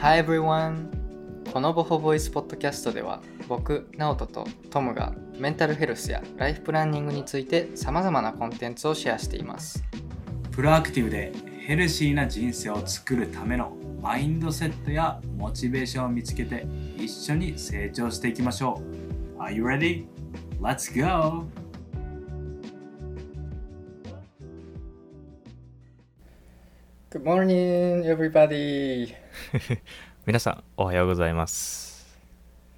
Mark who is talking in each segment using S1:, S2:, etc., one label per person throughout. S1: Hi everyone! このボホボイスポッドキャストでは僕、ナオトとトムがメンタルヘルスやライフプランニングについてさまざまなコンテンツをシェアしています。
S2: プロアクティブでヘルシーな人生を作るためのマインドセットやモチベーションを見つけて一緒に成長していきましょう。Are you ready? Let's go!
S1: Good morning everybody!
S3: 皆さんおはようございます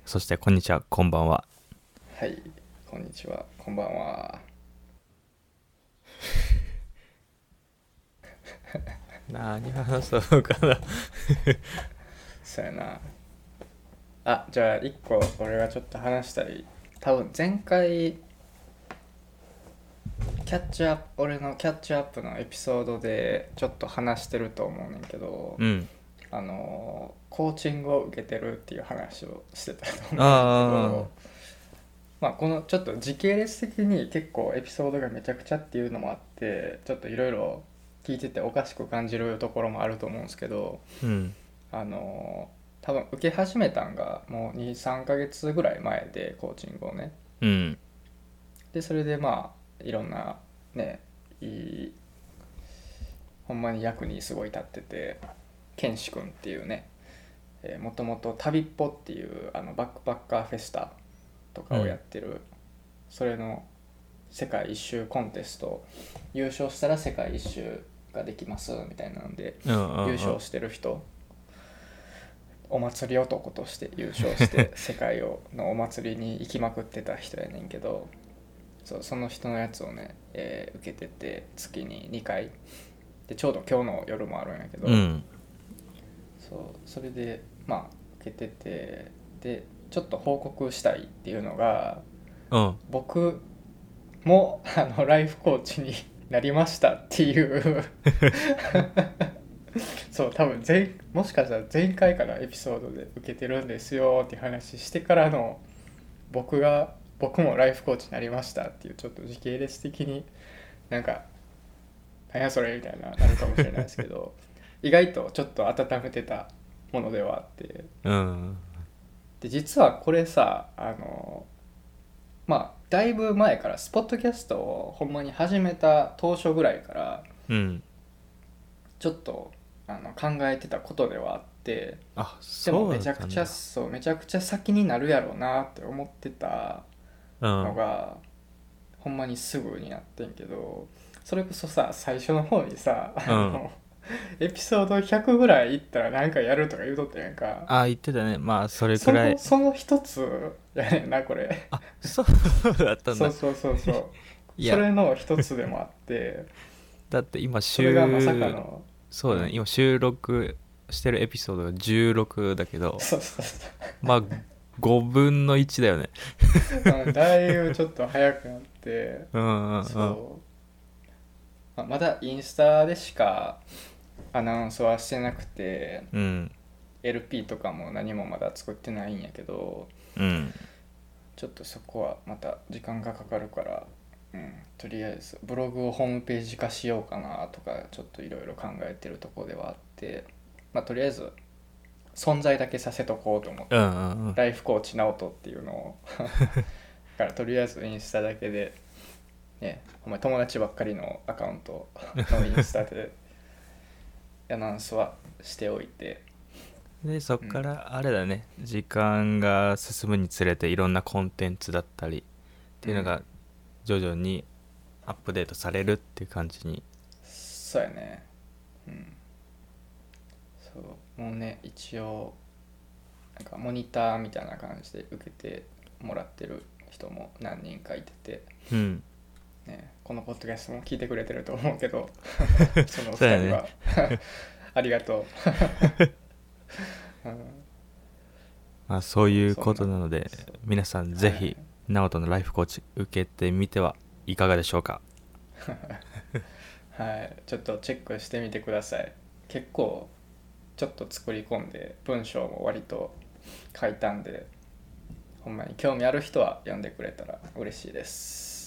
S3: そしてこんにちはこんばんは
S1: はい、こんにちは、こんばんは。
S3: 何話したのかな
S1: そうやな。あ、じゃあ一個俺がちょっと話したい。多分前回キャッチアップ俺のキャッチアップのエピソードでちょっと話してると思うねんけど、
S3: うん
S1: あのコーチングを受けてるっていう話をしてたと思うんだけ
S3: あ
S1: どまあこのちょっと時系列的に結構エピソードがめちゃくちゃっていうのもあってちょっといろいろ聞いてておかしく感じるところもあると思うんですけど
S3: ーうん
S1: あの多分受け始めたんがもう23ヶ月ぐらい前でコーチングをね
S3: うん
S1: でそれでまあいろんなねいいほんまに役にすごい立っててケンシ君っていうね、えー、もともと旅っぽっていうあのバックパッカーフェスタとかをやってる、それの世界一周コンテスト優勝したら世界一周ができますみたいなので
S3: うんうん
S1: 優勝してる人お祭り男として優勝して世界をのお祭りに行きまくってた人やねんけどそうその人のやつをね、えー受けてて月に2回でちょうど今日の夜もあるんやけど、
S3: うん
S1: そうそれでまあ受けててでちょっと報告したいっていうのが
S3: うん
S1: 僕もあのライフコーチになりましたっていうそう多分前もしかしたら前回からエピソードで受けてるんですよっていう話してからの僕が僕もライフコーチになりましたっていうちょっと時系列的になんか「何やそれ」みたいななるかもしれないですけど意外とちょっと温めてたものではあって
S3: うん
S1: で実はこれさあのまあだいぶ前からスポットキャストをほんまに始めた当初ぐらいから
S3: うん
S1: ちょっとあの考えてたことではあって
S3: あ
S1: で
S3: そ
S1: も
S3: うだ
S1: め
S3: っ
S1: ちゃ
S3: た
S1: く
S3: ん
S1: ちゃ
S3: だ
S1: そうめちゃくちゃ先になるやろうなって思ってた
S3: う
S1: の
S3: ん
S1: が、ほんまにすぐになってんけどそれこそさ最初の方にさ、あのエピソード100ぐらいいったらなんかやるとか言うとったやんか
S3: あ言ってたねまあそれ
S1: そ
S3: くらい
S1: のその一つやねんなこれ。
S3: あそうだったん
S1: そ
S3: だ
S1: うそうそうそう
S3: い
S1: そ
S3: や
S1: れの一つでもあ って
S3: だって今
S1: そ
S3: 収
S1: れがまさかの
S3: そうだね今収録してるエピソードが16だけ ど
S1: そうそうそ
S3: まあ5分の1だよね
S1: ううんだいぶちょっと早くなって
S3: うんうんうん
S1: そうまあまだインスタでしかアナウンスはしてなくて
S3: うん
S1: LP とかも何もまだ作ってないんやけど
S3: うん
S1: ちょっとそこはまた時間がかかるから、うん、とりあえずブログをホームページ化しようかなとかちょっといろいろ考えてるところではあって、まあ、とりあえず存在だけさせとこうと思って
S3: うんうんうん
S1: ライフコーチ直人っていうの をだからとりあえずインスタだけで、ね、お前友達ばっかりのアカウントのインスタ でアナウンスはしておいて
S3: でそっからあれだね、時間が進むにつれていろんなコンテンツだったりっていうのが徐々にアップデートされるっていう感じに
S1: そうやねうんそうもうね一応なんかモニターみたいな感じで受けてもらってる人も何人かいてて、
S3: うん
S1: ね、このポッドキャストも聞いてくれてると思うけ どそのお二
S3: そうや
S1: 人
S3: ね
S1: は、 ありがとう、うん
S3: まあそういうことなので
S1: そうなん
S3: 皆さ んぜ
S1: は
S3: ひ
S1: い
S3: 直人のライフコーチ受けてみてはいかがでしょうか
S1: はい、ちょっとチェックしてみてください結構ちょっと作り込んで文章も割と書いたんでほんまに興味ある人は読んでくれたら嬉しいです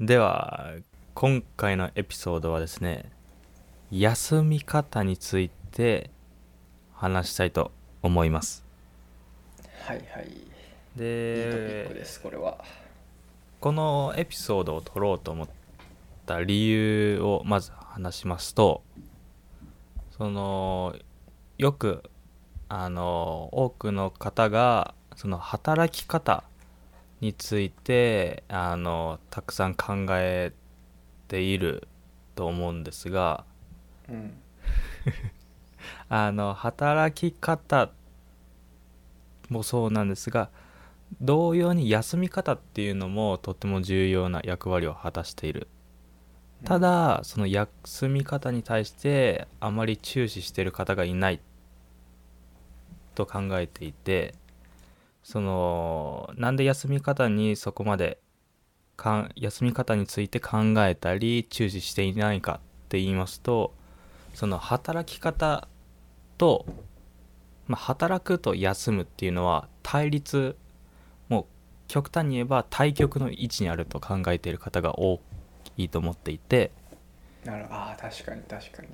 S3: では今回のエピソードはですね休み方について話したいと思います
S1: はいはいいいトピック
S3: で
S1: ですこれは
S3: このエピソードを取ろうと思った理由をまず話しますとそのよくあの多くの方がその働き方についてあのたくさん考えていると思うんですが
S1: うん
S3: あの働き方もそうなんですが同様に休み方っていうのもとても重要な役割を果たしているただその休み方に対してあまり注視している方がいないと考えていてそのなんで休み方にそこまでかん休み方について考えたり注視していないかって言いますとその働き方と、まあ、働くと休むっていうのは対立もう極端に言えば対極の位置にあると考えている方が多いと思っていて
S1: なるああ確かに確かに、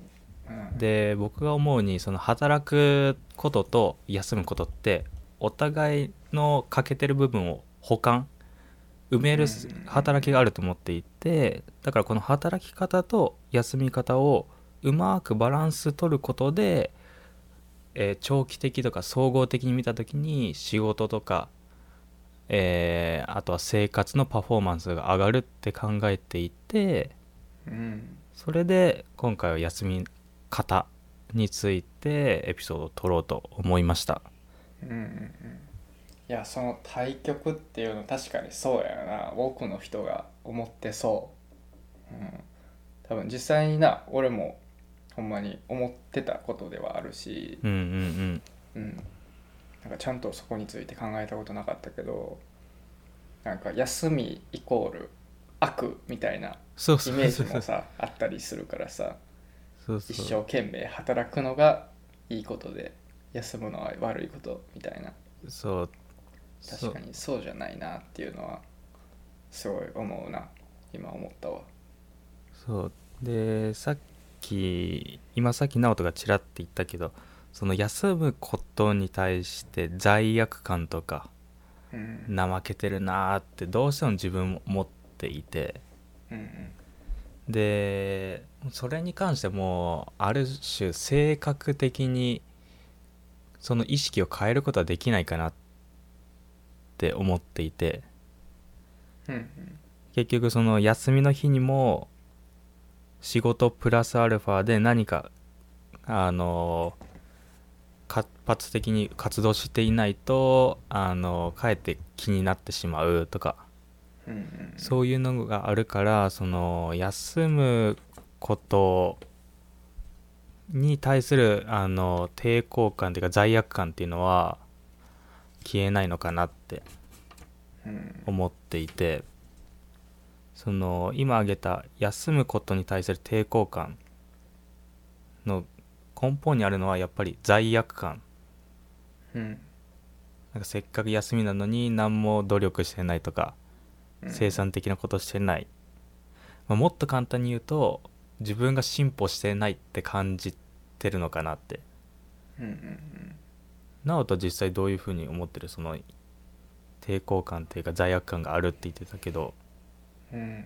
S1: うん、
S3: で僕が思うにその働くことと休むことってお互いの欠けてる部分を補完埋める
S1: うんうんうん
S3: 働きがあると思っていてだからこの働き方と休み方をうまくバランス取ることで、えー長期的とか総合的に見た時に仕事とか、えーあとは生活のパフォーマンスが上がるって考えていて。
S1: うん
S3: それで今回は休み方についてエピソードを取ろうと思いました
S1: うんうんうんいやその対局っていうの確かにそうやな多くの人が思ってそう、うん、多分実際にな俺もほんまに思ってたことではあるし、
S3: うんうん
S1: うん、なんかちゃんとそこについて考えたことなかったけどなんか休みイコール悪みたいな
S3: そう
S1: イ
S3: そう
S1: メージ
S3: そうそ
S1: も
S3: う
S1: さあったりするからさ
S3: そうそう
S1: 一生懸命働くのがいいことで休むのは悪いことみたいな
S3: そうそう
S1: 確かにそうじゃないなっていうのはすごい思うな今思ったわ
S3: そうでさっき今さっき直人がちらって言ったけどその休むことに対して罪悪感とか
S1: うん
S3: 怠けてるなーってどうしても自分も持っていて、
S1: うん
S3: でそれに関してもうある種性格的にその意識を変えることはできないかなって思っていて
S1: うんうん
S3: 結局その休みの日にも仕事プラスアルファで何かあの活発的に活動していないとあのかえって気になってしまうとか
S1: うんうん
S3: そういうのがあるからその休むことに対するあの抵抗感というか罪悪感っていうのは消えないのかなって
S1: うん
S3: 思っていてその今挙げた休むことに対する抵抗感の根本にあるのはやっぱり罪悪感
S1: うん
S3: なんかせっかく休みなのに何も努力してないとか
S1: うん
S3: 生産的なことしてない、まあ、もっと簡単に言うと自分が進歩してないって感じてるのかなって
S1: うんうんうん
S3: 直人実際どういうふうに思ってるその抵抗感っていうか罪悪感があるって言ってたけど
S1: うん、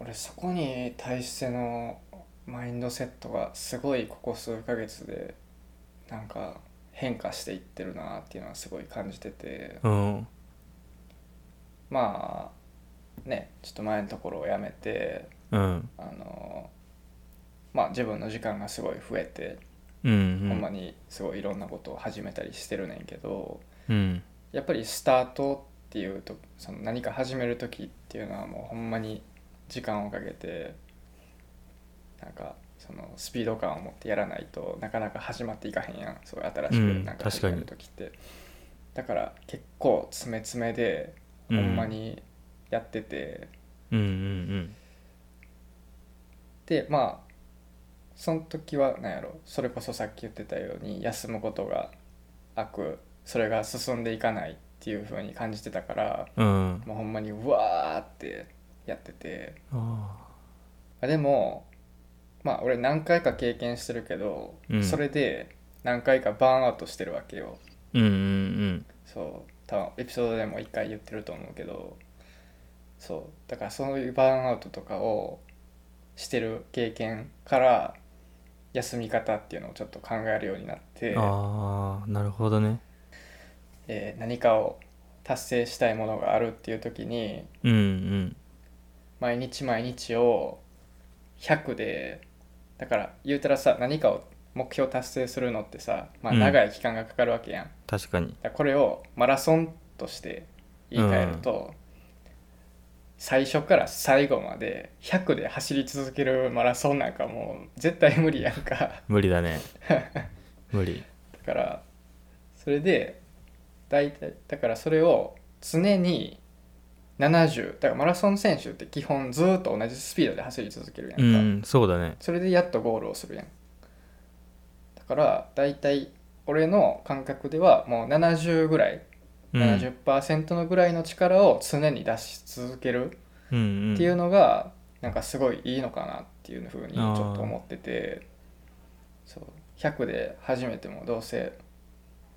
S1: 俺そこに対してのマインドセットがすごいここ数ヶ月でなんか変化していってるなっていうのはすごい感じてて
S3: うん
S1: まあねちょっと前のところをやめて
S3: うん
S1: あのまあ自分の時間がすごい増えて、
S3: うんう
S1: ほんま
S3: ん
S1: にすごいいろんなことを始めたりしてるねんけど
S3: うん
S1: やっぱりスタートっていうとその何か始める時っていうのはもうほんまに時間をかけてなんかそのスピード感を持ってやらないとなかなか始まっていかへんやんそういう新し
S3: うん
S1: くなんか
S3: 確
S1: 始
S3: か
S1: め
S3: に
S1: る時って、だから結構詰め詰めでほんまにやってて、
S3: うんうん
S1: でまあその時は何やろそれこそさっき言ってたように休むことが悪それが進んでいかないっていう風に感じてたから
S3: うんうん
S1: もうほんまにうわーってやってて
S3: あ
S1: あでもまあ俺何回か経験してるけど、
S3: うん
S1: それで何回かバーンアウトしてるわけよ
S3: ーうんうん
S1: そう多分エピソードでも一回言ってると思うけどそうだからそういうバーンアウトとかをしてる経験から休み方っていうのをちょっと考えるようになっ
S3: う
S1: て
S3: ん、ああなるほどね
S1: えー何かを達成したいものがあるっていう時に
S3: うんうん
S1: 毎日毎日を100でだから言うたらさ何かを目標達成するのってさ、まあ、
S3: うん
S1: 長い期間がかかるわけやん、だか
S3: 確かに
S1: らこれをマラソンとして言い換えると、最初から最後まで100で走り続けるマラソンなんかもう絶対無理やんか。
S3: 無理 だね無理
S1: だからそれで大体だからそれを常に70だからマラソン選手って基本ずーっと同じスピードで走り続けるやん
S3: う
S1: か、
S3: んそうだね
S1: それでやっとゴールをするやんだから大体俺の感覚ではもう70ぐらい、
S3: うん
S1: 70%のぐらいの力を常に出し続ける
S3: うんうん
S1: っていうのがなんかすごいいいのかなっていうふうにちょっと思っててそう100で初めてもどうせ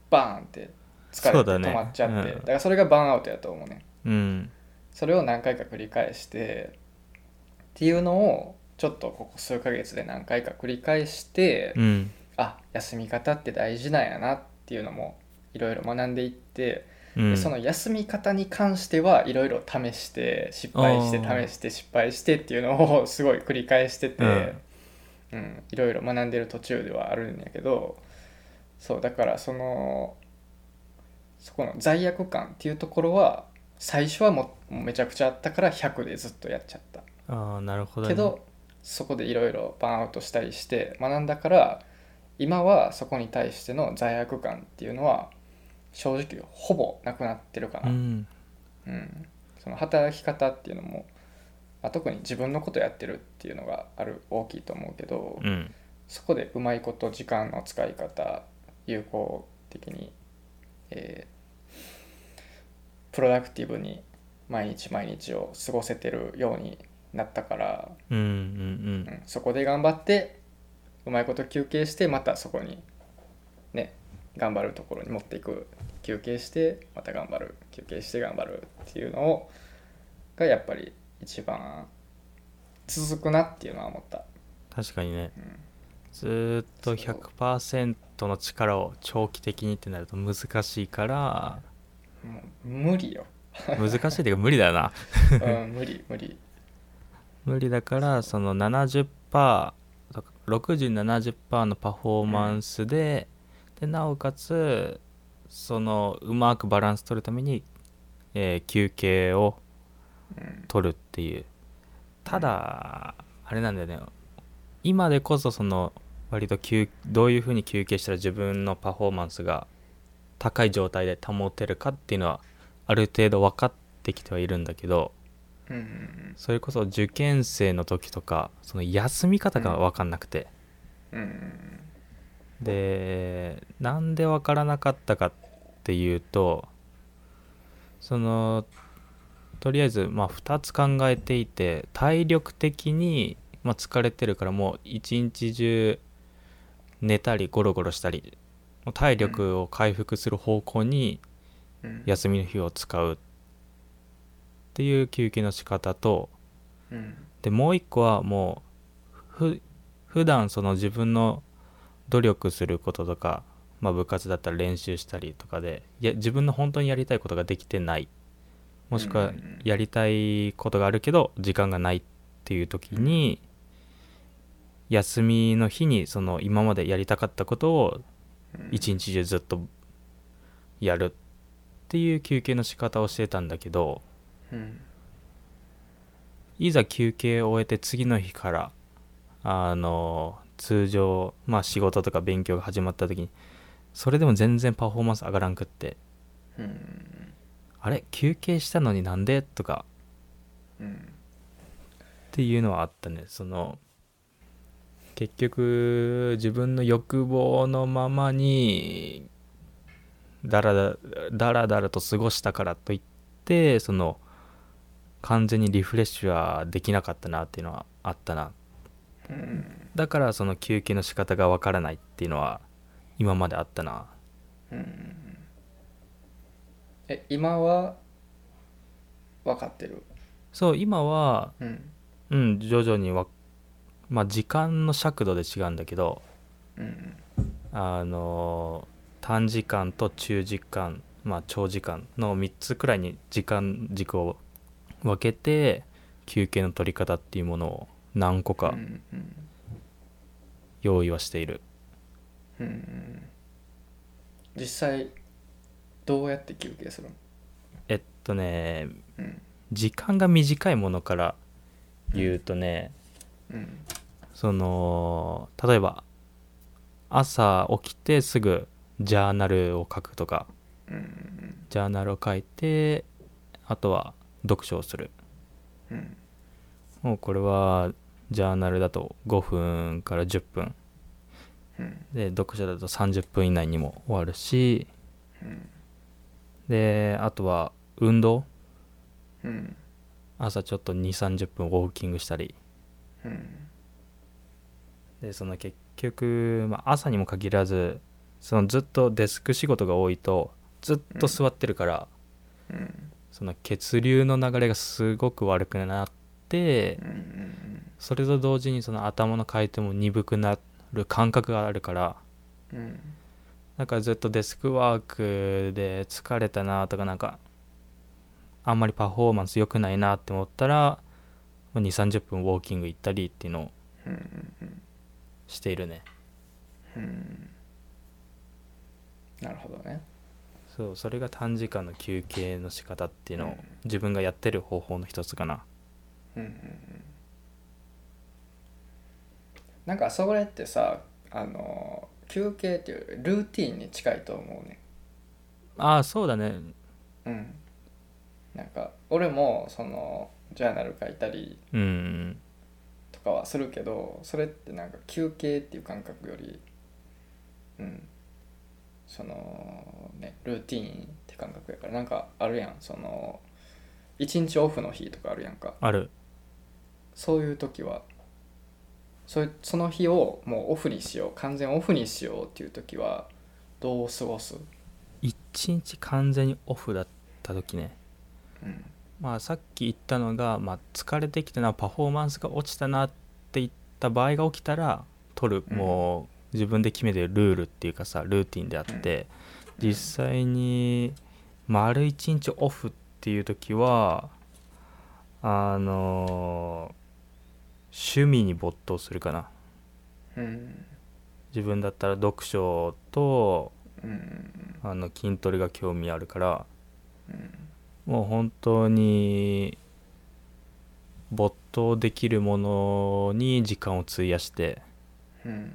S1: バーンって疲
S3: そ
S1: れ
S3: う
S1: て
S3: だね
S1: 止まっちゃってだ,、
S3: うん
S1: からそれがバーンアウトやと思うね
S3: うん
S1: それを何回か繰り返してっていうのをちょっとここ数ヶ月で何回か繰り返して、
S3: うん
S1: あ休み方って大事なんやなっていうのもいろいろ学んでいって、
S3: う
S1: で
S3: ん
S1: その休み方に関してはいろいろ試して失敗して
S3: あー
S1: 試して失敗してっていうのをすごい繰り返してて
S3: う
S1: う
S3: ん
S1: んいろいろ学んでる途中ではあるんやけどそうだからそのそこの罪悪感っていうところは最初はもうもうめちゃくちゃあったから100でずっとやっちゃった
S3: ああなるほど、ね、
S1: けどそこでいろいろバーンアウトしたりして学んだから今はそこに対しての罪悪感っていうのは正直ほぼなくなってるか
S3: う
S1: な。
S3: ん
S1: うん、その働き方っていうのも、まあ、特に自分のことやってるっていうのがある大きいと思うけど、
S3: うん
S1: そこでうまいこと時間の使い方有効的に、えープロダクティブに毎日毎日を過ごせてるようになったから、
S3: うんうんう
S1: うんん、そこで頑張ってうまいこと休憩してまたそこにね頑張るところに持っていく休憩してまた頑張る休憩して頑張るっていうのをがやっぱり一番続くなっていうのは思った、
S3: 確かにね
S1: うん
S3: ずーっ
S1: そ
S3: と
S1: う
S3: 100%の力を長期的にってなると難しい から
S1: もう無理 よ、
S3: 難しいっていうか無理だよな
S1: うん、無理無理
S3: 無理だからその70%とか6070%のパフォーマンスで,、でなおかつそのうまくバランス取るために、えー休憩を
S1: うん
S3: 取るっていうただあれなんだよね今でこそその割と休どういうふうに休憩したら自分のパフォーマンスが高い状態で保てるかっていうのはある程度分かってきてはいるんだけど
S1: うんうん
S3: それこそ受験生の時とかその休み方が分かんなくて、
S1: うんうん
S3: でなんで分からなかったかっていうとそのとりあえずまあ2つ考えていて体力的に、まあ、疲れてるからもう一日中寝たりゴロゴロしたりもう体力を回復する方向に
S1: うん
S3: 休みの日を使うっていう休憩の仕方と
S1: うん
S3: でもう一個はもうふ普段その自分の努力することとか、まあ、部活だったら練習したりとかでいや自分の本当にやりたいことができてないもしく
S1: う
S3: は
S1: んうんうん
S3: やりたいことがあるけど時間がないっていう時に休みの日にその今までやりたかったことを
S1: うん
S3: 一日中ずっとやるっていう休憩の仕方をしてたんだけど、
S1: うん
S3: いざ休憩を終えて次の日からあの通常、まあ、仕事とか勉強が始まった時にそれでも全然パフォーマンス上がらんくって
S1: うん
S3: あれ休憩したのになんでとか
S1: うん
S3: っていうのはあったねその結局自分の欲望のままにだらだだらだらと過ごしたからといってその完全にリフレッシュはできなかったなっていうのはあったな
S1: うん
S3: だからその休憩の仕方がわからないっていうのは今まであったな
S1: うんえ今は分かってる
S3: そう今は
S1: うん
S3: うん徐々にわまあ時間の尺度で違うんだけど
S1: うん
S3: あの短時間と中時間まあ長時間の3つくらいに時間軸を分けて休憩の取り方っていうものを何個
S1: う
S3: か
S1: んうん
S3: 用意はしている、
S1: うんうん実際どうやって休憩するの
S3: えっとね
S1: うん
S3: 時間が短いものから言うとね、
S1: うん
S3: その例えば朝起きてすぐジャーナルを書くとか
S1: うんうん
S3: ジャーナルを書いてあとは読書をする
S1: うん
S3: もうこれはジャーナルだと5分から10分
S1: うん
S3: で読書だと30分以内にも終わるし
S1: うん
S3: であとは運動
S1: うん
S3: 朝ちょっと2 3 0分ウォーキングしたり
S1: うん
S3: でその結局、まあ、朝にも限らずそのずっとデスク仕事が多いとずっと座ってるから、
S1: うん
S3: その血流の流れがすごく悪くなって、
S1: うんうん
S3: それと同時にその頭の回転も鈍くなる感覚があるから
S1: うん
S3: なんかずっとデスクワークで疲れたなとかなんかあんまりパフォーマンス良くないなって思ったら2 3 0分ウォーキング行ったりっていうのを
S1: うんうんうん
S3: しているね
S1: うんなるほどね
S3: そうそれが短時間の休憩の仕方っていうの
S1: う
S3: を
S1: ん
S3: 自分がやってる方法の一つかな
S1: うんうんうんなんかそれってさあの休憩っていうよりルーティンに近いと思うね
S3: ああそうだね
S1: うんなんか俺もそのジャーナル書いたり
S3: うん
S1: とかはするけどそれってなんか休憩っていう感覚よりうんそのねルーティーンって感覚やからなんかあるやんその一日オフの日とかあるやんか
S3: ある
S1: そういう時はそその日をもうオフにしよう完全オフにしようっていう時はどう過ごす
S3: 一日完全にオフだった時ね
S1: うん
S3: まあ、さっき言ったのが、まあ、疲れてきたなパフォーマンスが落ちたなっていった場合が起きたら取る、
S1: うん
S3: もう自分で決めてるルールっていうかさルーティンであって、
S1: うん
S3: 実際に丸一日オフっていう時はあのー趣味に没頭するかな
S1: うん
S3: 自分だったら読書と
S1: うん
S3: あの筋トレが興味あるから
S1: うん
S3: もう本当に没頭できるものに時間を費やして
S1: うん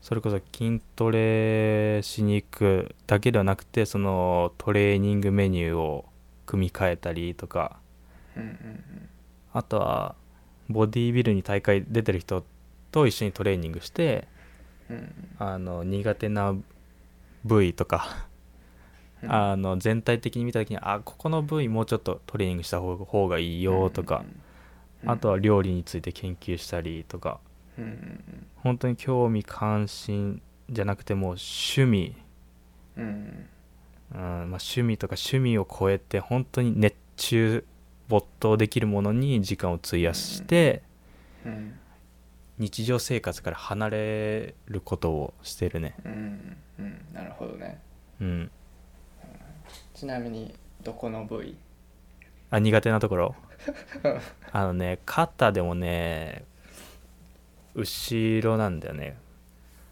S3: それこそ筋トレしに行くだけではなくてそのトレーニングメニューを組み替えたりとか
S1: うんうん
S3: あとはボディービルに大会出てる人と一緒にトレーニングして
S1: うんうん
S3: あの苦手な部位とか
S1: うん
S3: あの全体的に見た時にあここの部位もうちょっとトレーニングした方方がいいよとか。あと
S1: は
S3: は料理について研究したりとか
S1: うんうん
S3: 本当に興味関心じゃなくてもう趣味、
S1: うんうん
S3: うんまあ、趣味とか趣味を超えて本当に熱中没頭できるものに時間を費やして
S1: うん
S3: 日常生活から離れることをしてるね
S1: うんうんなるほどね
S3: うん
S1: ちなみにどこの部位
S3: あ苦手なとこ ろあのね肩でもね後ろなんだよね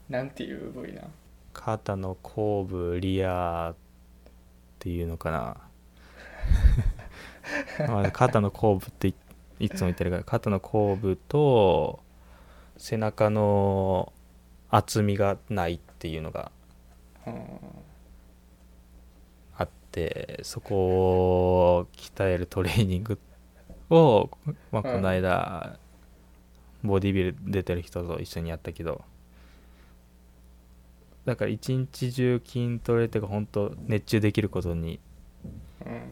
S1: なんていう部位な
S3: 肩の後部リアっていうのかなまあ肩の後部っていいつも言ってるから肩の後部と背中の厚みがないっていうのが
S1: うん
S3: あってそこを鍛えるトレーニングを、
S1: う
S3: まあ、
S1: ん
S3: この間、ボディビル出てる人と一緒にやったけどだから一日中筋トレっていうか本当熱中できることに
S1: うん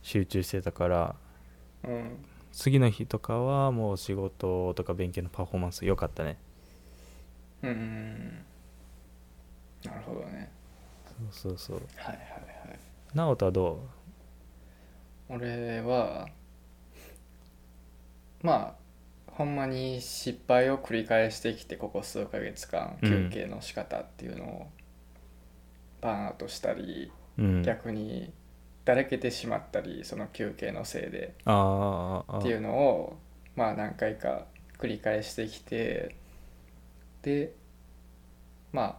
S3: 集中してたから
S1: うん
S3: 次の日とかはもう仕事とか勉強のパフォーマンス良かったね
S1: うんなるほどね
S3: そうそうそう
S1: はいはいはい
S3: 直人はど
S1: 俺はまあほんまに失敗を繰り返してきてここ数ヶ月間
S3: うん
S1: 休憩の仕方っていうのをバーンアウトしたり、
S3: う、うん、
S1: 逆にだらけてしまったりその休憩のせいで
S3: あーあーあー
S1: っていうのをまあ何回か繰り返してきてでま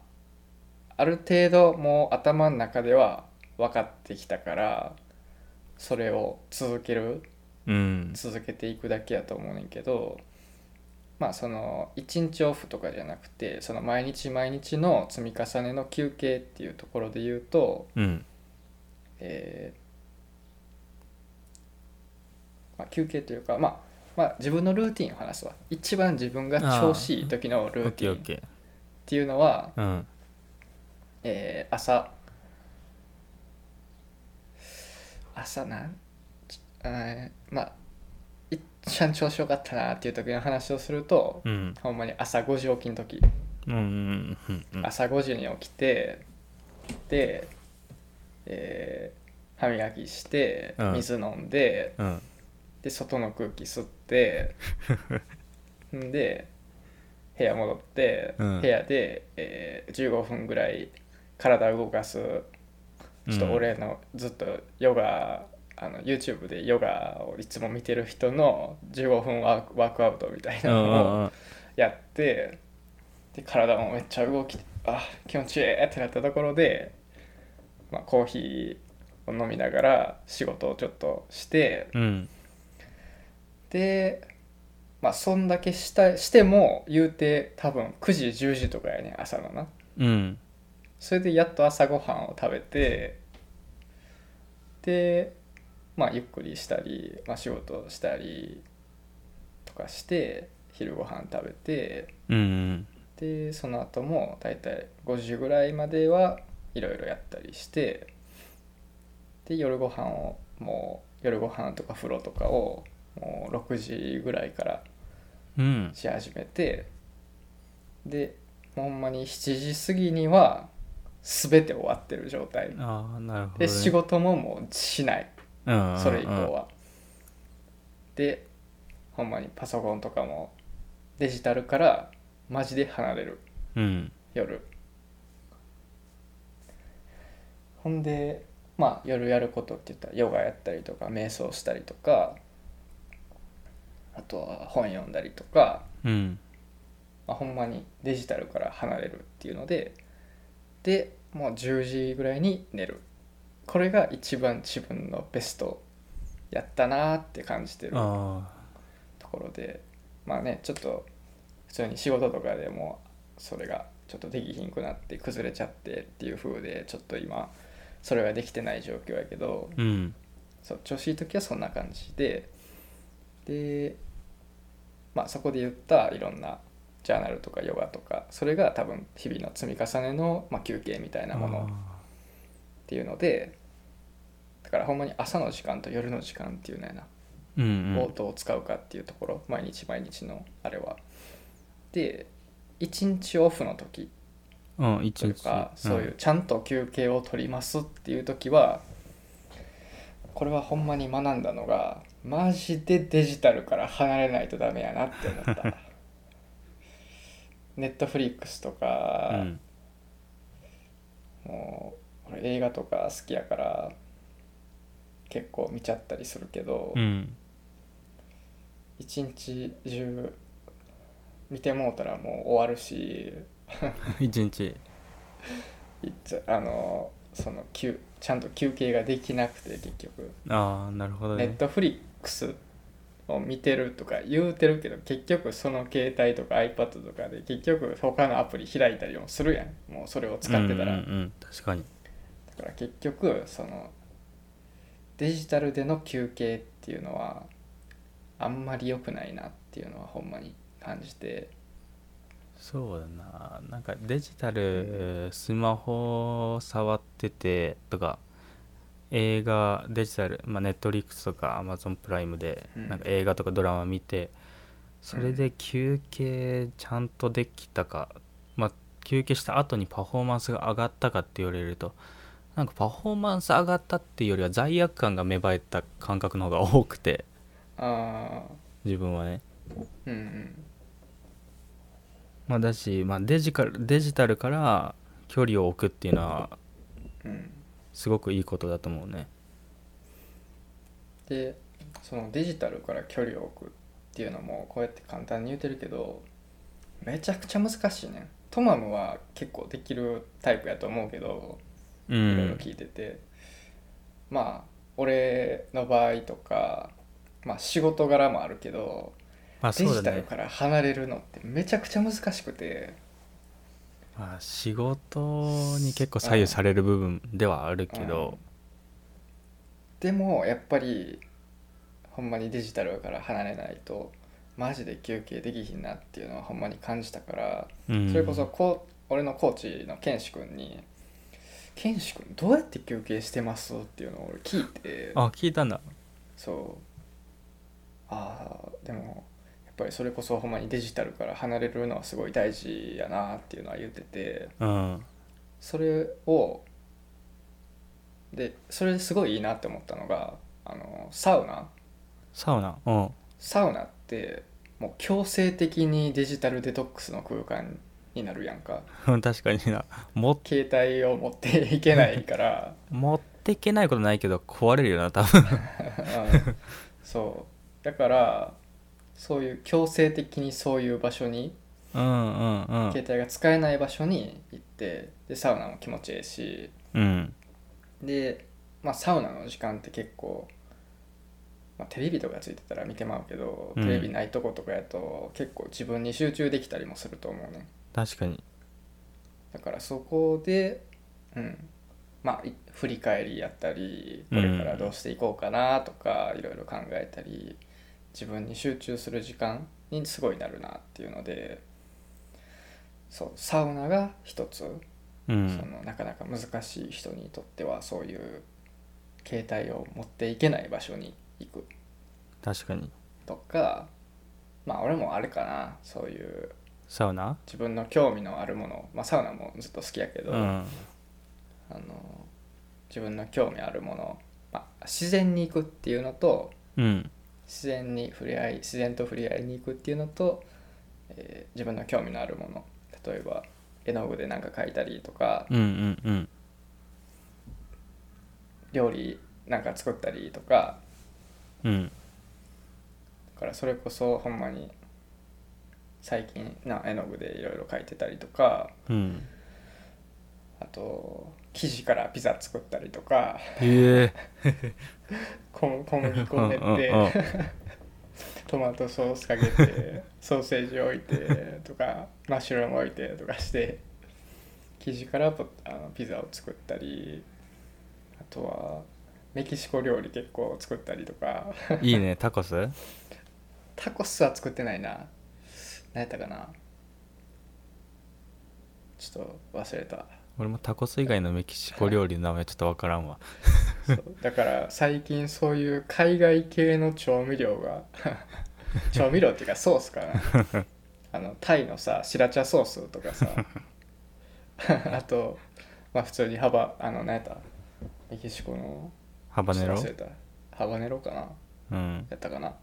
S1: あある程度もう頭の中では分かってきたからそれを続ける
S3: うん
S1: 続けていくだけやと思うねんけどまあその1日オフとかじゃなくてその毎日毎日の積み重ねの休憩っていうところで言うと
S3: うん
S1: えーまあ、休憩というか、まあ、まあ自分のルーティンを話すわ一番自分が調子いい時の
S3: オ
S1: ルー
S3: ッ
S1: テ
S3: ケー
S1: ィ
S3: オ
S1: ン
S3: ッ
S1: っ
S3: ケ
S1: ていうのは、
S3: ーうん
S1: えー朝朝なんちえーまあ一番調子よかったなっていう時の話をすると、
S3: うん
S1: ほんまに朝5時起きの時
S3: うんうんうんうん
S1: 朝5時に起きてで、えー歯磨きして
S3: うん
S1: 水飲んで、
S3: うん
S1: で外の空気吸って んで部屋戻って、
S3: うん
S1: 部屋で、えー15分ぐらい体を動かすちょっと俺のずっとヨガ、あの YouTube でヨガをいつも見てる人の15分ワークワークアウトみたいな
S3: うんうん
S1: のを
S3: うん
S1: やってで体もめっちゃ動きあ気持ちいいってなったところで、まあ、コーヒーを飲みながら仕事をちょっとして
S3: うん
S1: でまあそんだけしたしても言うて多分9時10時とかやね朝のな
S3: うん
S1: それでやっと朝ごはんを食べてでまあゆっくりしたり、まあ、仕事をしたりとかして昼ごはん食べて
S3: うん
S1: でその後もだいたい5時ぐらいまではいろいろやったりしてで夜ご飯をもう夜ご飯とか風呂とかをもう6時ぐらいから
S3: うん
S1: し始めてでほんまに7時過ぎには全て終わってる状態
S3: ああなるほど、
S1: で
S3: ね、
S1: 仕事ももうしない
S3: うん
S1: それ以降
S3: うん
S1: はでほんまにパソコンとかもデジタルからマジで離れる
S3: うん
S1: 夜ほんでまあ夜やることって言ったらヨガやったりとか瞑想したりとかあとは本読んだりとか
S3: うん
S1: まあ、ほんまにデジタルから離れるっていうのででもう10時ぐらいに寝るこれが一番自分のベストやったなーって感じてると
S3: あ
S1: ころでまあねちょっと普通に仕事とかでもそれがちょっとできひんくなって崩れちゃってっていう風でちょっと今それができてない状況やけど、
S3: あうん
S1: そう調子いい時はそんな感じでで、まあ、そこで言ったいろんなジャーナルとかヨガとかそれが多分日々の積み重ねの、まあ、休憩みたいなものっ
S3: あ
S1: ていうのでだからほんまに朝の時間と夜の時間っていうのやな
S3: ーうんう
S1: を
S3: ん
S1: どう使うかっていうところ毎日毎日のあれは。で1日オフの時
S3: うん一
S1: というか
S3: 日
S1: そういうちゃんと休憩を取りますっていう時はこれはほんまに学んだのがマジでデジタルから離れないとダメやなって思った ネットフリックスと
S3: う
S1: か、
S3: ん
S1: もう俺映画とか好きやから結構見ちゃったりするけど、
S3: うん
S1: 一日中見てもうたらもう終わるし
S3: うん一日
S1: いつあのその休ちゃんと休憩ができなくて結局
S3: ああなるほど
S1: ネッ
S3: ね
S1: トフリックスを見てるとか言うてるけど結局その携帯とか iPad とかで結局他のアプリ開いたりもするやんもうそれを使ってたら、
S3: うんうんうん確かに
S1: だから結局そのデジタルでの休憩っていうのはあんまり良くないなっていうのはほんまに感じて
S3: そうだななんかデジタルスマホ触っててとか映画デジタル、まあ、ネットリックスとかアマゾンプライムで
S1: うん
S3: なんか映画とかドラマ見て、それで休憩ちゃんとできたか、まあ、休憩した後にパフォーマンスが上がったかって言われるとなんかパフォーマンス上がったっていうよりは罪悪感が芽生えた感覚の方が多くて
S1: ああ
S3: 自分はね。
S1: うんうん
S3: まあ、だし、まあ、デジカルデジタルから距離を置くっていうのは
S1: うん
S3: すごくいいことだと思うね
S1: でそのデジタルから距離を置くっていうのもこうやって簡単に言うてるけどめちゃくちゃ難しいねんトマムは結構できるタイプやと思うけど
S3: う
S1: いろいろ
S3: ん
S1: 聞いてて、まあ俺の場合とか、まあ、仕事柄もあるけど
S3: まあ
S1: デ
S3: そう
S1: ジ
S3: だ
S1: タル
S3: ね
S1: から離れるのってめちゃくちゃ難しくて
S3: まあ仕事に結構左右される部分ではあるけど、
S1: でもやっぱりほんまにデジタルから離れないとマジで休憩できひんなっていうのはほんまに感じたから
S3: うん
S1: それこそこう俺のコーチのケンシ君に「ケンシ君どうやって休憩してます?」っていうのを俺聞いて
S3: あ聞いたんだ
S1: そうああでもやっぱりそれこそほんまにデジタルから離れるのはすごい大事やなっていうのは言ってて
S3: うん
S1: それをでそれすごいいいなって思ったのがあのサウナ
S3: サウナうん
S1: サウナってもう強制的にデジタルデトックスの空間になるやんか
S3: 確かになも
S1: 携帯を持っていけない から
S3: 持っていけないことないけど壊れるよな多分
S1: うんそうだからそういう強制的にそういう場所に
S3: うんうんうん
S1: 携帯が使えない場所に行ってでサウナも気持ちいいし
S3: うん
S1: で、まあ、サウナの時間って結構、まあ、テレビとかついてたら見てまうけど、
S3: うん
S1: テレビないとことかやと結構自分に集中できたりもすると思うね
S3: 確かに
S1: だからそこでうんまあい振り返りやったりこれからどうしていこうかなとかいろいろ考えたり自分に集中する時間にすごいなるなっていうのでそうサウナが一つ、
S3: う
S1: そ
S3: ん
S1: のなかなか難しい人にとってはそういう携帯を持っていけない場所に行く
S3: 確かに
S1: とかまあ俺もあれかなそういう
S3: サウナ
S1: 自分の興味のあるもの、まあ、サウナもずっと好きやけど、
S3: うん
S1: あの自分の興味あるもの、まあ、自然に行くっていうのと
S3: うん
S1: 自然に触れ合い自然と触れ合いに行くっていうのと、えー自分の興味のあるもの例えば絵の具で何か描いたりとか
S3: うんうんうん
S1: 料理なんか作ったりとか
S3: うん
S1: だからそれこそほんまに最近な絵の具でいろいろ描いてたりとか
S3: うん
S1: あと生地からピザ作ったりとか
S3: え
S1: 小小
S3: え
S1: 麦粉練って。トマトソースかけてソーセージ置いてとかマッシュルーム置いてとかして生地からポあのピザを作ったりあとはメキシコ料理結構作ったりとか
S3: いいねタコス
S1: タコスは作ってないな何やったかなちょっと忘れた
S3: 俺もタコス以外のメキシコ料理の名前ちょっとわからんわ
S1: そうだから最近そういう海外系の調味料 が調味料っていうかソースかなあのタイのさシラチャソースと かさあとまあ普通にハバあの何やったメキシコの
S3: ハバネロ
S1: ちょっと忘れたハバネロかな
S3: うん
S1: やったかな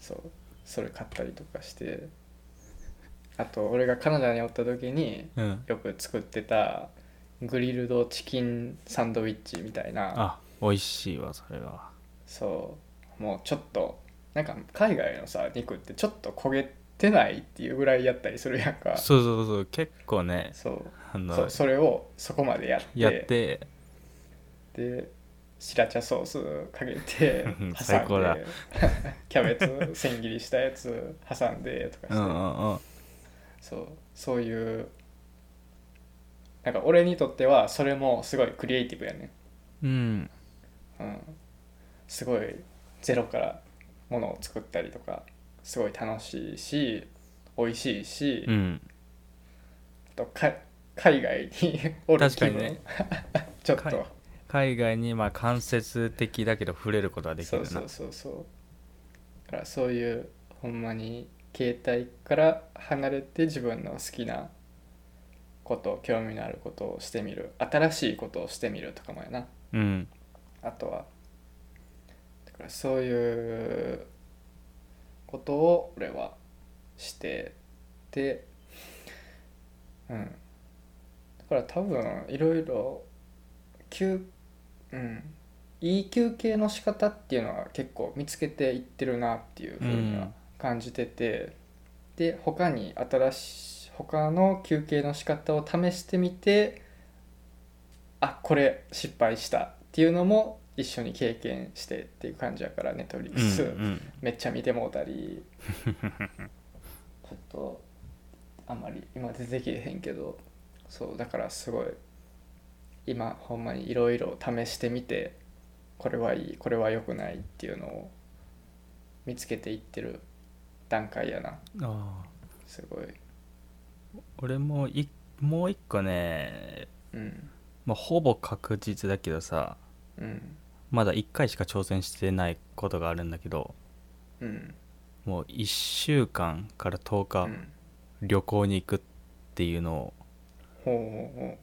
S1: そうそれ買ったりとかしてあと俺がカナダにおった時に
S3: うん
S1: よく作ってたグリルドチキンサンドイッチみたいな
S3: あ美味しいわそれは
S1: そうもうちょっとなんか海外のさ肉ってちょっと焦げてないっていうぐらいやったりするやんか
S3: そうそうそう結構ね
S1: そう
S3: あ
S1: そ
S3: の
S1: うそれをそこまでやって
S3: やって
S1: でシラチャソースかけて
S3: うん
S1: 挟
S3: 最高だ
S1: んで キャベツ千切りしたやつ挟んでとかし
S3: う
S1: て、
S3: んうんうん
S1: そうそういうなんか俺にとってはそれもすごいクリエイティブやね
S3: うん
S1: うん、すごいゼロからものを作ったりとかすごい楽しいし美味しいし、
S3: うん
S1: あとか海外に おる
S3: 確か
S1: 気分、
S3: にね
S1: ちょっ
S3: 海
S1: と
S3: 海外にまあ間接的だけど触れることはでき
S1: そ
S3: る
S1: う
S3: な
S1: そうそうそうだからそういうほんまに携帯から離れて自分の好きなこと興味のあることをしてみる新しいことをしてみるとかもやな
S3: うん
S1: あとはだからそういうことを俺はしててうんだから多分いろいろ休うんいい休憩の仕方っていうのは結構見つけていってるなっていうふうに
S3: う
S1: は
S3: ん
S1: 感じてて、で他に新しい他の休憩の仕方を試してみてあこれ失敗したっていうのも一緒に経験してっていう感じやからねトリ
S3: う
S1: ッ
S3: んう
S1: クス、
S3: ん
S1: めっちゃ見てもうたり ちょっとあんまり今出てきえへんけどそうだからすごい今ほんまにいろいろ試してみてこれはいいこれは良くないっていうのを見つけていってる段階やな
S3: ああ
S1: すごい
S3: 俺もいもう一個ね、
S1: うん
S3: まあ、ほぼ確実だけどさ
S1: うん
S3: まだ1回しか挑戦してないことがあるんだけど
S1: うん
S3: もう1週間から10
S1: う
S3: 日
S1: ん
S3: 旅行に行くっていうのを
S1: ほうほうほ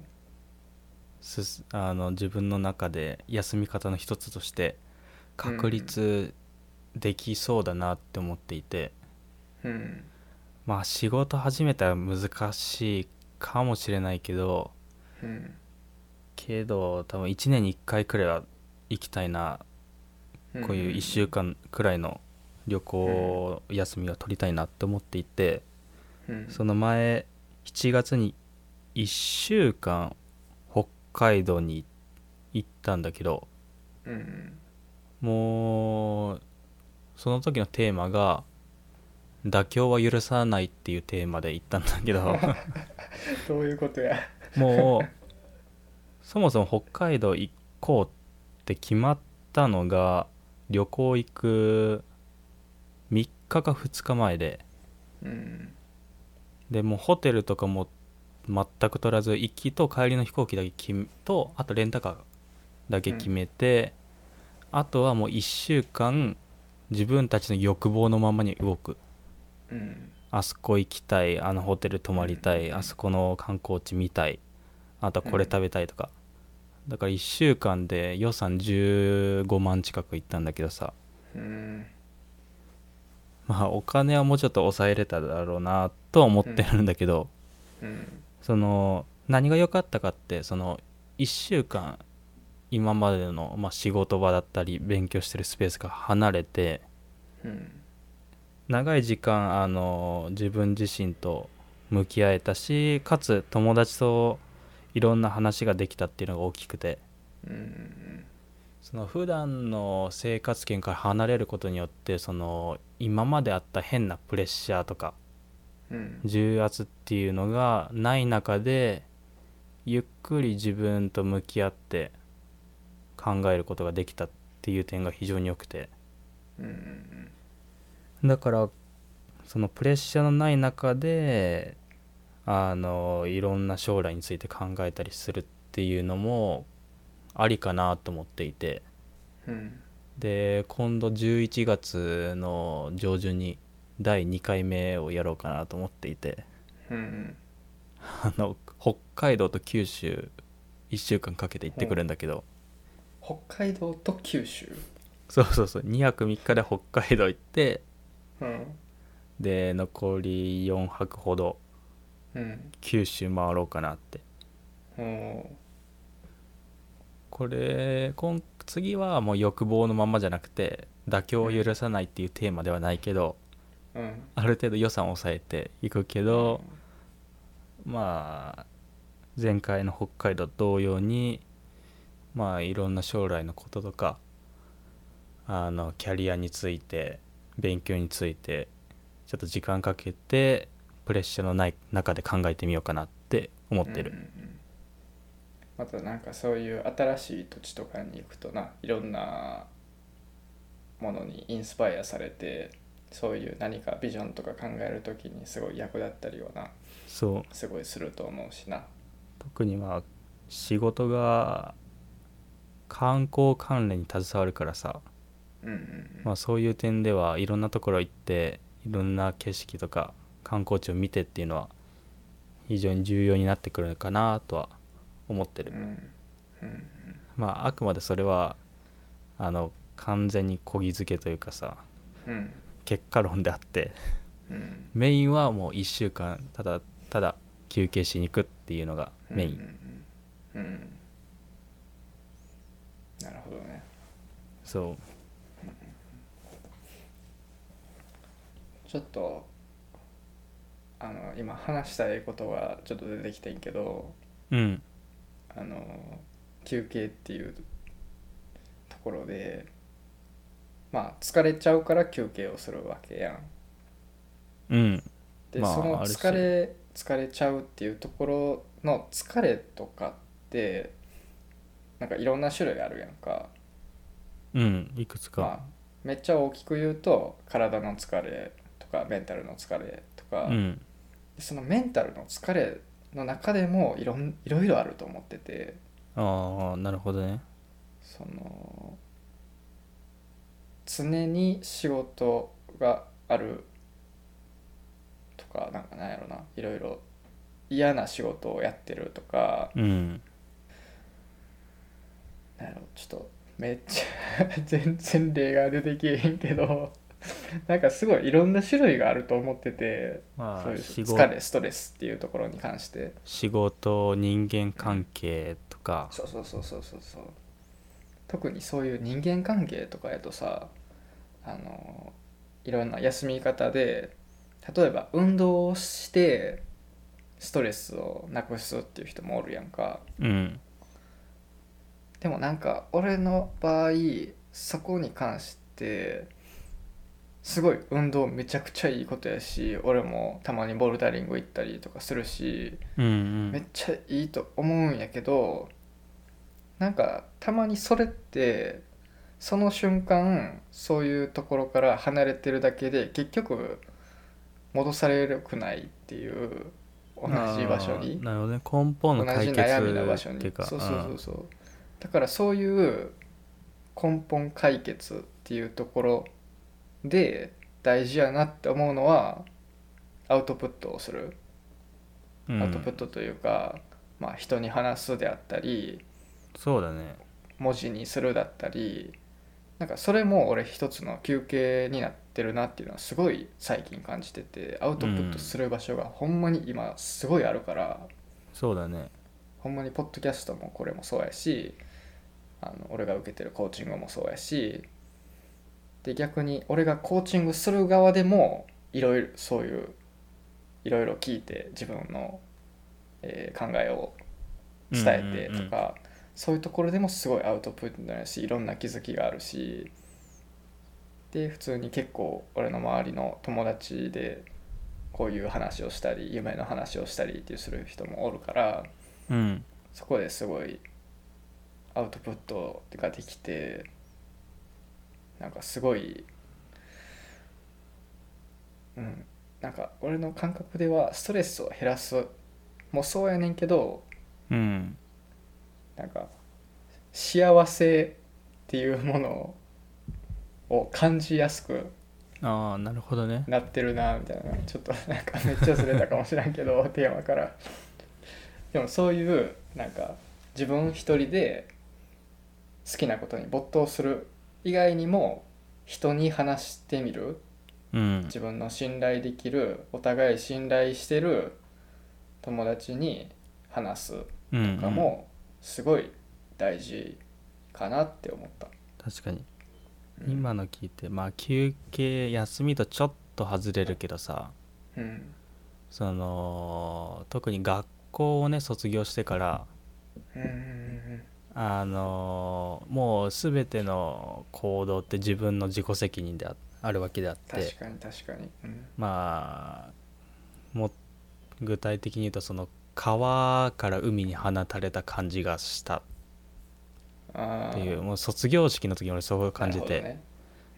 S3: すすあの自分の中で休み方の一つとして確立できそうだなって思っていて、
S1: ううん
S3: まあ仕事始めたら難しいかもしれないけど
S1: うん
S3: けど多分1年に1回くらいは行きたいな
S1: うん
S3: こういう1週間くらいの旅行休みは取りたいなって思っていて、
S1: うん
S3: その前7月に1週間北海道に行ったんだけど
S1: うん
S3: もうその時のテーマが「妥協は許さない」っていうテーマで行ったんだけど
S1: どういうことや
S3: もうそもそも北海道行こうって決まったのが旅行行く3日か2日前で
S1: うん
S3: でもうホテルとかも全く取らず行きと帰りの飛行機だけ決めとあとレンタカーだけ決めて、あとはもう1週間自分たちの欲望のままに動く
S1: うん
S3: あそこ行きたいあのホテル泊まりたい、
S1: うん
S3: あそこの観光地見たいあとはこれ
S1: うん
S3: 食べたいとか、だから1週間で予算15万近く行ったんだけどさ
S1: うん
S3: まあお金はもうちょっと抑えれただろうなとは思ってるんだけど、
S1: うん
S3: その何が良かったかってその1週間今までの、まあ、仕事場だったり勉強してるスペースから離れて
S1: うん
S3: 長い時間あの自分自身と向き合えたしかつ友達といろんな話ができたっていうのが大きくて
S1: うん
S3: その普段の生活圏から離れることによってその今まであった変なプレッシャーとか
S1: うん
S3: 重圧っていうのがない中でゆっくり自分と向き合って考えることができたっていう点が非常に良くて
S1: うん
S3: だからそのプレッシャーのない中であのいろんな将来について考えたりするっていうのもありかなと思っていて
S1: うん
S3: で今度11月の上旬に第2回目をやろうかなと思っていて。
S1: うん
S3: あの北海道と九州1週間かけて行ってくるんだけど、
S1: 北海道と九州
S3: そうそうそう2泊3日で北海道行って
S1: うん
S3: で残り4泊ほど
S1: うん
S3: 九州回ろうかなって
S1: お
S3: これ今次はもう欲望のままじゃなくて妥協を許さないっていうテーマではないけど
S1: うん
S3: ある程度予算を抑えていくけど、まあ前回の北海道同様にまあいろんな将来のこととかあのキャリアについて勉強についてちょっと時間かけてプレッシャーのない中で考えてみようかなって思って
S1: うん
S3: る、
S1: うんうんまたなんかそういう新しい土地とかに行くとないろんなものにインスパイアされてそういう何かビジョンとか考えるときにすごい役立ったりはな
S3: そう
S1: すごいすると思うしな
S3: 特にまあ仕事が観光関連に携わるからさ、
S1: うんうん
S3: まあ、そういう点ではいろんなところ行っていろんな景色とか観光地を見てっていうのは非常に重要になってくるのかなとは思ってる
S1: う、んうん
S3: まああくまでそれはあの完全にこぎづけというかさ
S1: うんうん
S3: 結果論であって
S1: うん
S3: メインはもう1週間ただただ休憩しに行くっていうのがメイン、
S1: うんうんうん、うんなるほどね
S3: そう
S1: ちょっとあの今話したいことがちょっと出てきてんけど
S3: うん
S1: あの休憩っていうところでまあ疲れちゃうから休憩をするわけやん。
S3: うん
S1: で、
S3: まあ
S1: その
S3: ある
S1: 疲れ疲れちゃうっていうところの疲れとかってなんかいろんな種類あるやんか。
S3: うんいくつ
S1: まあ
S3: か、、
S1: めっちゃ大きく言うと体の疲れとかメンタルの疲れとか、
S3: うん
S1: そのメンタルの疲れの中でもいろんいろいろあると思ってて
S3: ああなるほどね
S1: その常に仕事があるとかなんかなんやろないろいろ嫌な仕事をやってるとか
S3: うん
S1: なんやろちょっとめっちゃ 全然例が出てきえへんけどなんかすごいいろんな種類があると思ってて
S3: ま
S1: そうい
S3: あ
S1: う
S3: 仕
S1: 疲
S3: 事
S1: れストレスっていうところに関して。
S3: 仕事人間関係とか
S1: そうそうそうそうそうそう特にそういう人間関係とかやとさあのいろんな休み方で例えば運動をしてストレスをなくすっていう人もおるやんか
S3: うん
S1: でもなんか俺の場合そこに関してすごい運動めちゃくちゃいいことやし俺もたまにボルダリング行ったりとかするし
S3: うんう
S1: めっ
S3: ん
S1: ちゃいいと思うんやけどなんかたまにそれってその瞬間そういうところから離れてるだけで結局戻されるくないっていう同じ場所に
S3: あーなるほどね根本
S1: 同
S3: の
S1: じ
S3: 解決
S1: 悩みの場所
S3: っ
S1: に
S3: ていうか
S1: そうそうそうそうだからそういう根本解決っていうところで大事やなって思うのはアウトプットをする
S3: うん
S1: アウトプットというか、まあ、人に話すであったり
S3: そうだね
S1: 文字にするだったりなんかそれも俺一つの休憩になってるなっていうのはすごい最近感じててアウトプットする場所がほんまに今すごいあるから、
S3: そうだね
S1: ほんまにポッドキャストもこれもそうやしあの俺が受けてるコーチングもそうやしで逆に俺がコーチングする側でもいろいろそういういろいろ聞いて自分の、えー考えを伝えてとか、そういうところでもすごいアウトプットになるしいろんな気づきがあるしで普通に結構俺の周りの友達でこういう話をしたり夢の話をしたりっていうする人もおるから
S3: うんうん
S1: そこですごいアウトプットができてなんかすごいうんなんか俺の感覚ではストレスを減らすもそうやねんけど
S3: うん
S1: なんか幸せっていうものを感じやすく
S3: ああなるほどね
S1: なってるなみたいなちょっと なんかめっちゃずれたかもしれんけど テーマからでもそういうなんか自分一人で好きなことに没頭する以外にも人に話してみる
S3: うん
S1: 自分の信頼できるお互い信頼してる友達に話す
S3: うん
S1: とかもすごい大事かなって思った、
S3: 確かに今の聞いてまあ休憩休みとちょっと外れるけどさ
S1: うん
S3: その特に学校をね卒業してから
S1: うんうん
S3: あのもう全ての行動って自分の自己責任でああるわけであっ
S1: 確
S3: て
S1: かに確かに、うん、
S3: まあも具体的に言うとその川から海に放たれた感じがした
S1: あー
S3: っていうもう卒業式の時に俺そう感じ
S1: な
S3: て、
S1: るほ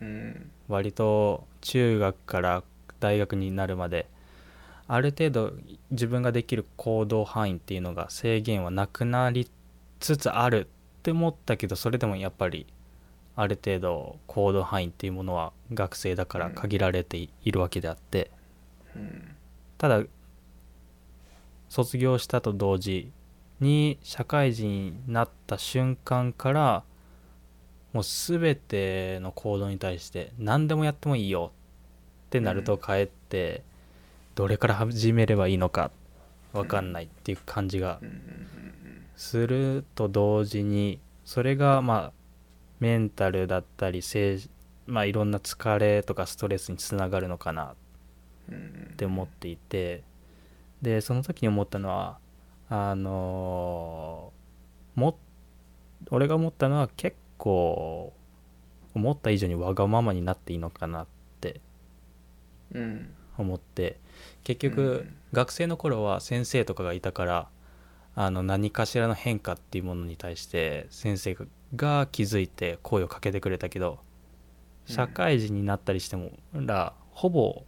S1: どね
S3: 割と中学から大学になるまである程度自分ができる行動範囲っていうのが制限はなくなりつつあるって思ったけどそれでもやっぱりある程度行動範囲っていうものは学生だから限られているわけであって、
S1: うん
S3: ただ卒業したと同時に社会人になった瞬間からもう全ての行動に対して何でもやってもいいよってなると帰ってどれから始めればいいのか分かんないっていう感じが
S1: うんうんうん
S3: すると同時にそれがまあメンタルだったり精まあいろんな疲れとかストレスにつながるのかな
S1: うんうん
S3: って思っていてでその時に思ったのはあのーも俺が思ったのは結構思った以上にわがままになっていいのかなって
S1: うん
S3: 思って結
S1: うんう
S3: 局
S1: ん
S3: 学生の頃は先生とかがいたからあの何かしらの変化っていうものに対して先生が気づいて声をかけてくれたけど
S1: うん
S3: 社会人になったりしてもらほぼ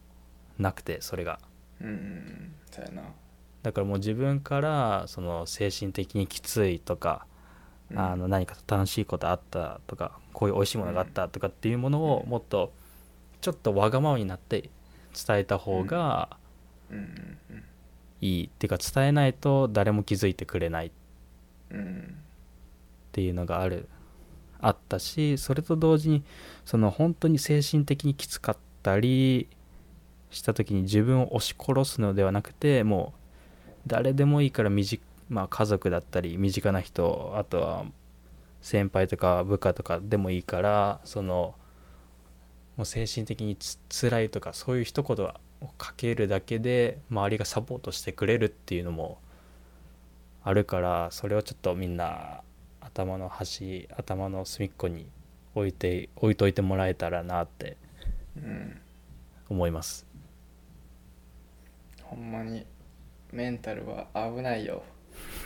S3: なくてそれが
S1: うんうんそうやな
S3: だからもう自分からその精神的にきついとか、
S1: うん
S3: あの何か楽しいことあったとかこういう美味しいものがあったとかっていうものを
S1: うん
S3: もっとちょっとわがままになって伝えた方が
S1: うんうんうん
S3: いいっていうか伝えないと誰も気づいてくれないっ
S1: うん
S3: ていうのがあるあったしそれと同時にその本当に精神的にきつかったりした時に自分を押し殺すのではなくてもう誰でもいいから身近、まあ、家族だったり身近な人あとは先輩とか部下とかでもいいからそのもう精神的につ辛いとかそういう一言をかけるだけで周りがサポートしてくれるっていうのもあるからそれをちょっとみんな頭の端頭の隅っこに置いて置いといてもらえたらなって
S1: うん
S3: 思います
S1: ほんまにメンタルは危ないよ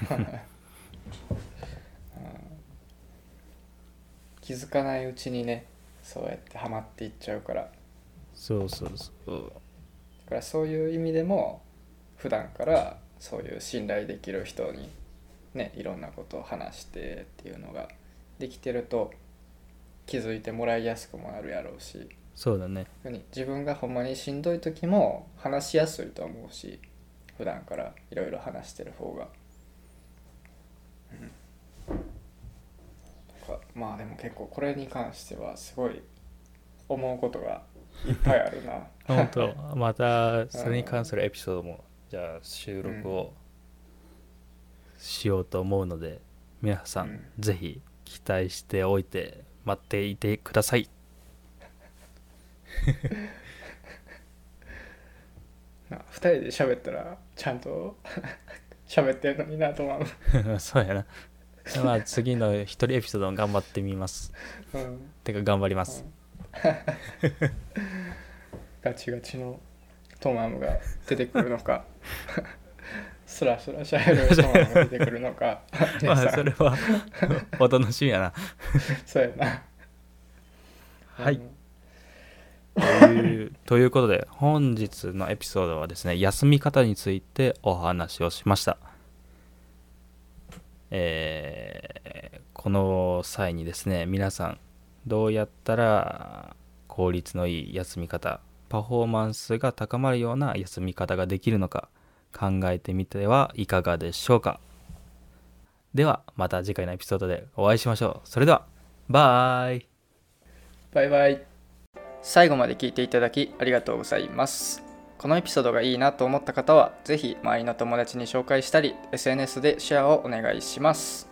S1: うん気づかないうちにねそうやってハマっていっちゃうからだ
S3: そうそうそう
S1: からそういう意味でも普段からそういう信頼できる人にねいろんなことを話してっていうのができてると気づいてもらいやすくもなるやろうし
S3: そうだね
S1: 逆に自分がほんまにしんどい時も話しやすいと思うし普段からいろいろ話してる方が、うん、なんかまあでも結構これに関してはすごい思うことがいっぱいあるな
S3: 本当またそれに関するエピソードもじゃあ収録をしようと思うので皆さ
S1: うん
S3: んぜひ期待しておいて待っていてください
S1: な2人で喋ったらちゃんと 喋ってんのになと思う、
S3: そうやな。まあ次の一人エピソードも頑張ってみます。
S1: うん、
S3: てか頑張ります。
S1: ガチガチのトマムが出てくるのかスラスラしゃべるトマムが出てくるのか
S3: ま
S1: 皆
S3: あ
S1: さん
S3: それは お楽しみやな。
S1: そうやな。
S3: はい
S1: うん。
S3: というということで本日のエピソードはですね休み方についてお話をしました。えーこの際にですね皆さんどうやったら効率のいい休み方パフォーマンスが高まるような休み方ができるのか考えてみてはいかがでしょうかではまた次回のエピソードでお会いしましょうそれではバイ
S1: バイバイ。最後まで聞いていただきありがとうございます。このエピソードがいいなと思った方は、ぜひ周りの友達に紹介したり、SNS でシェアをお願いします。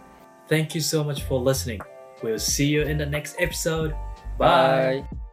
S2: Thank you so much for listening. We'll see you in the next episode. Bye.
S1: イ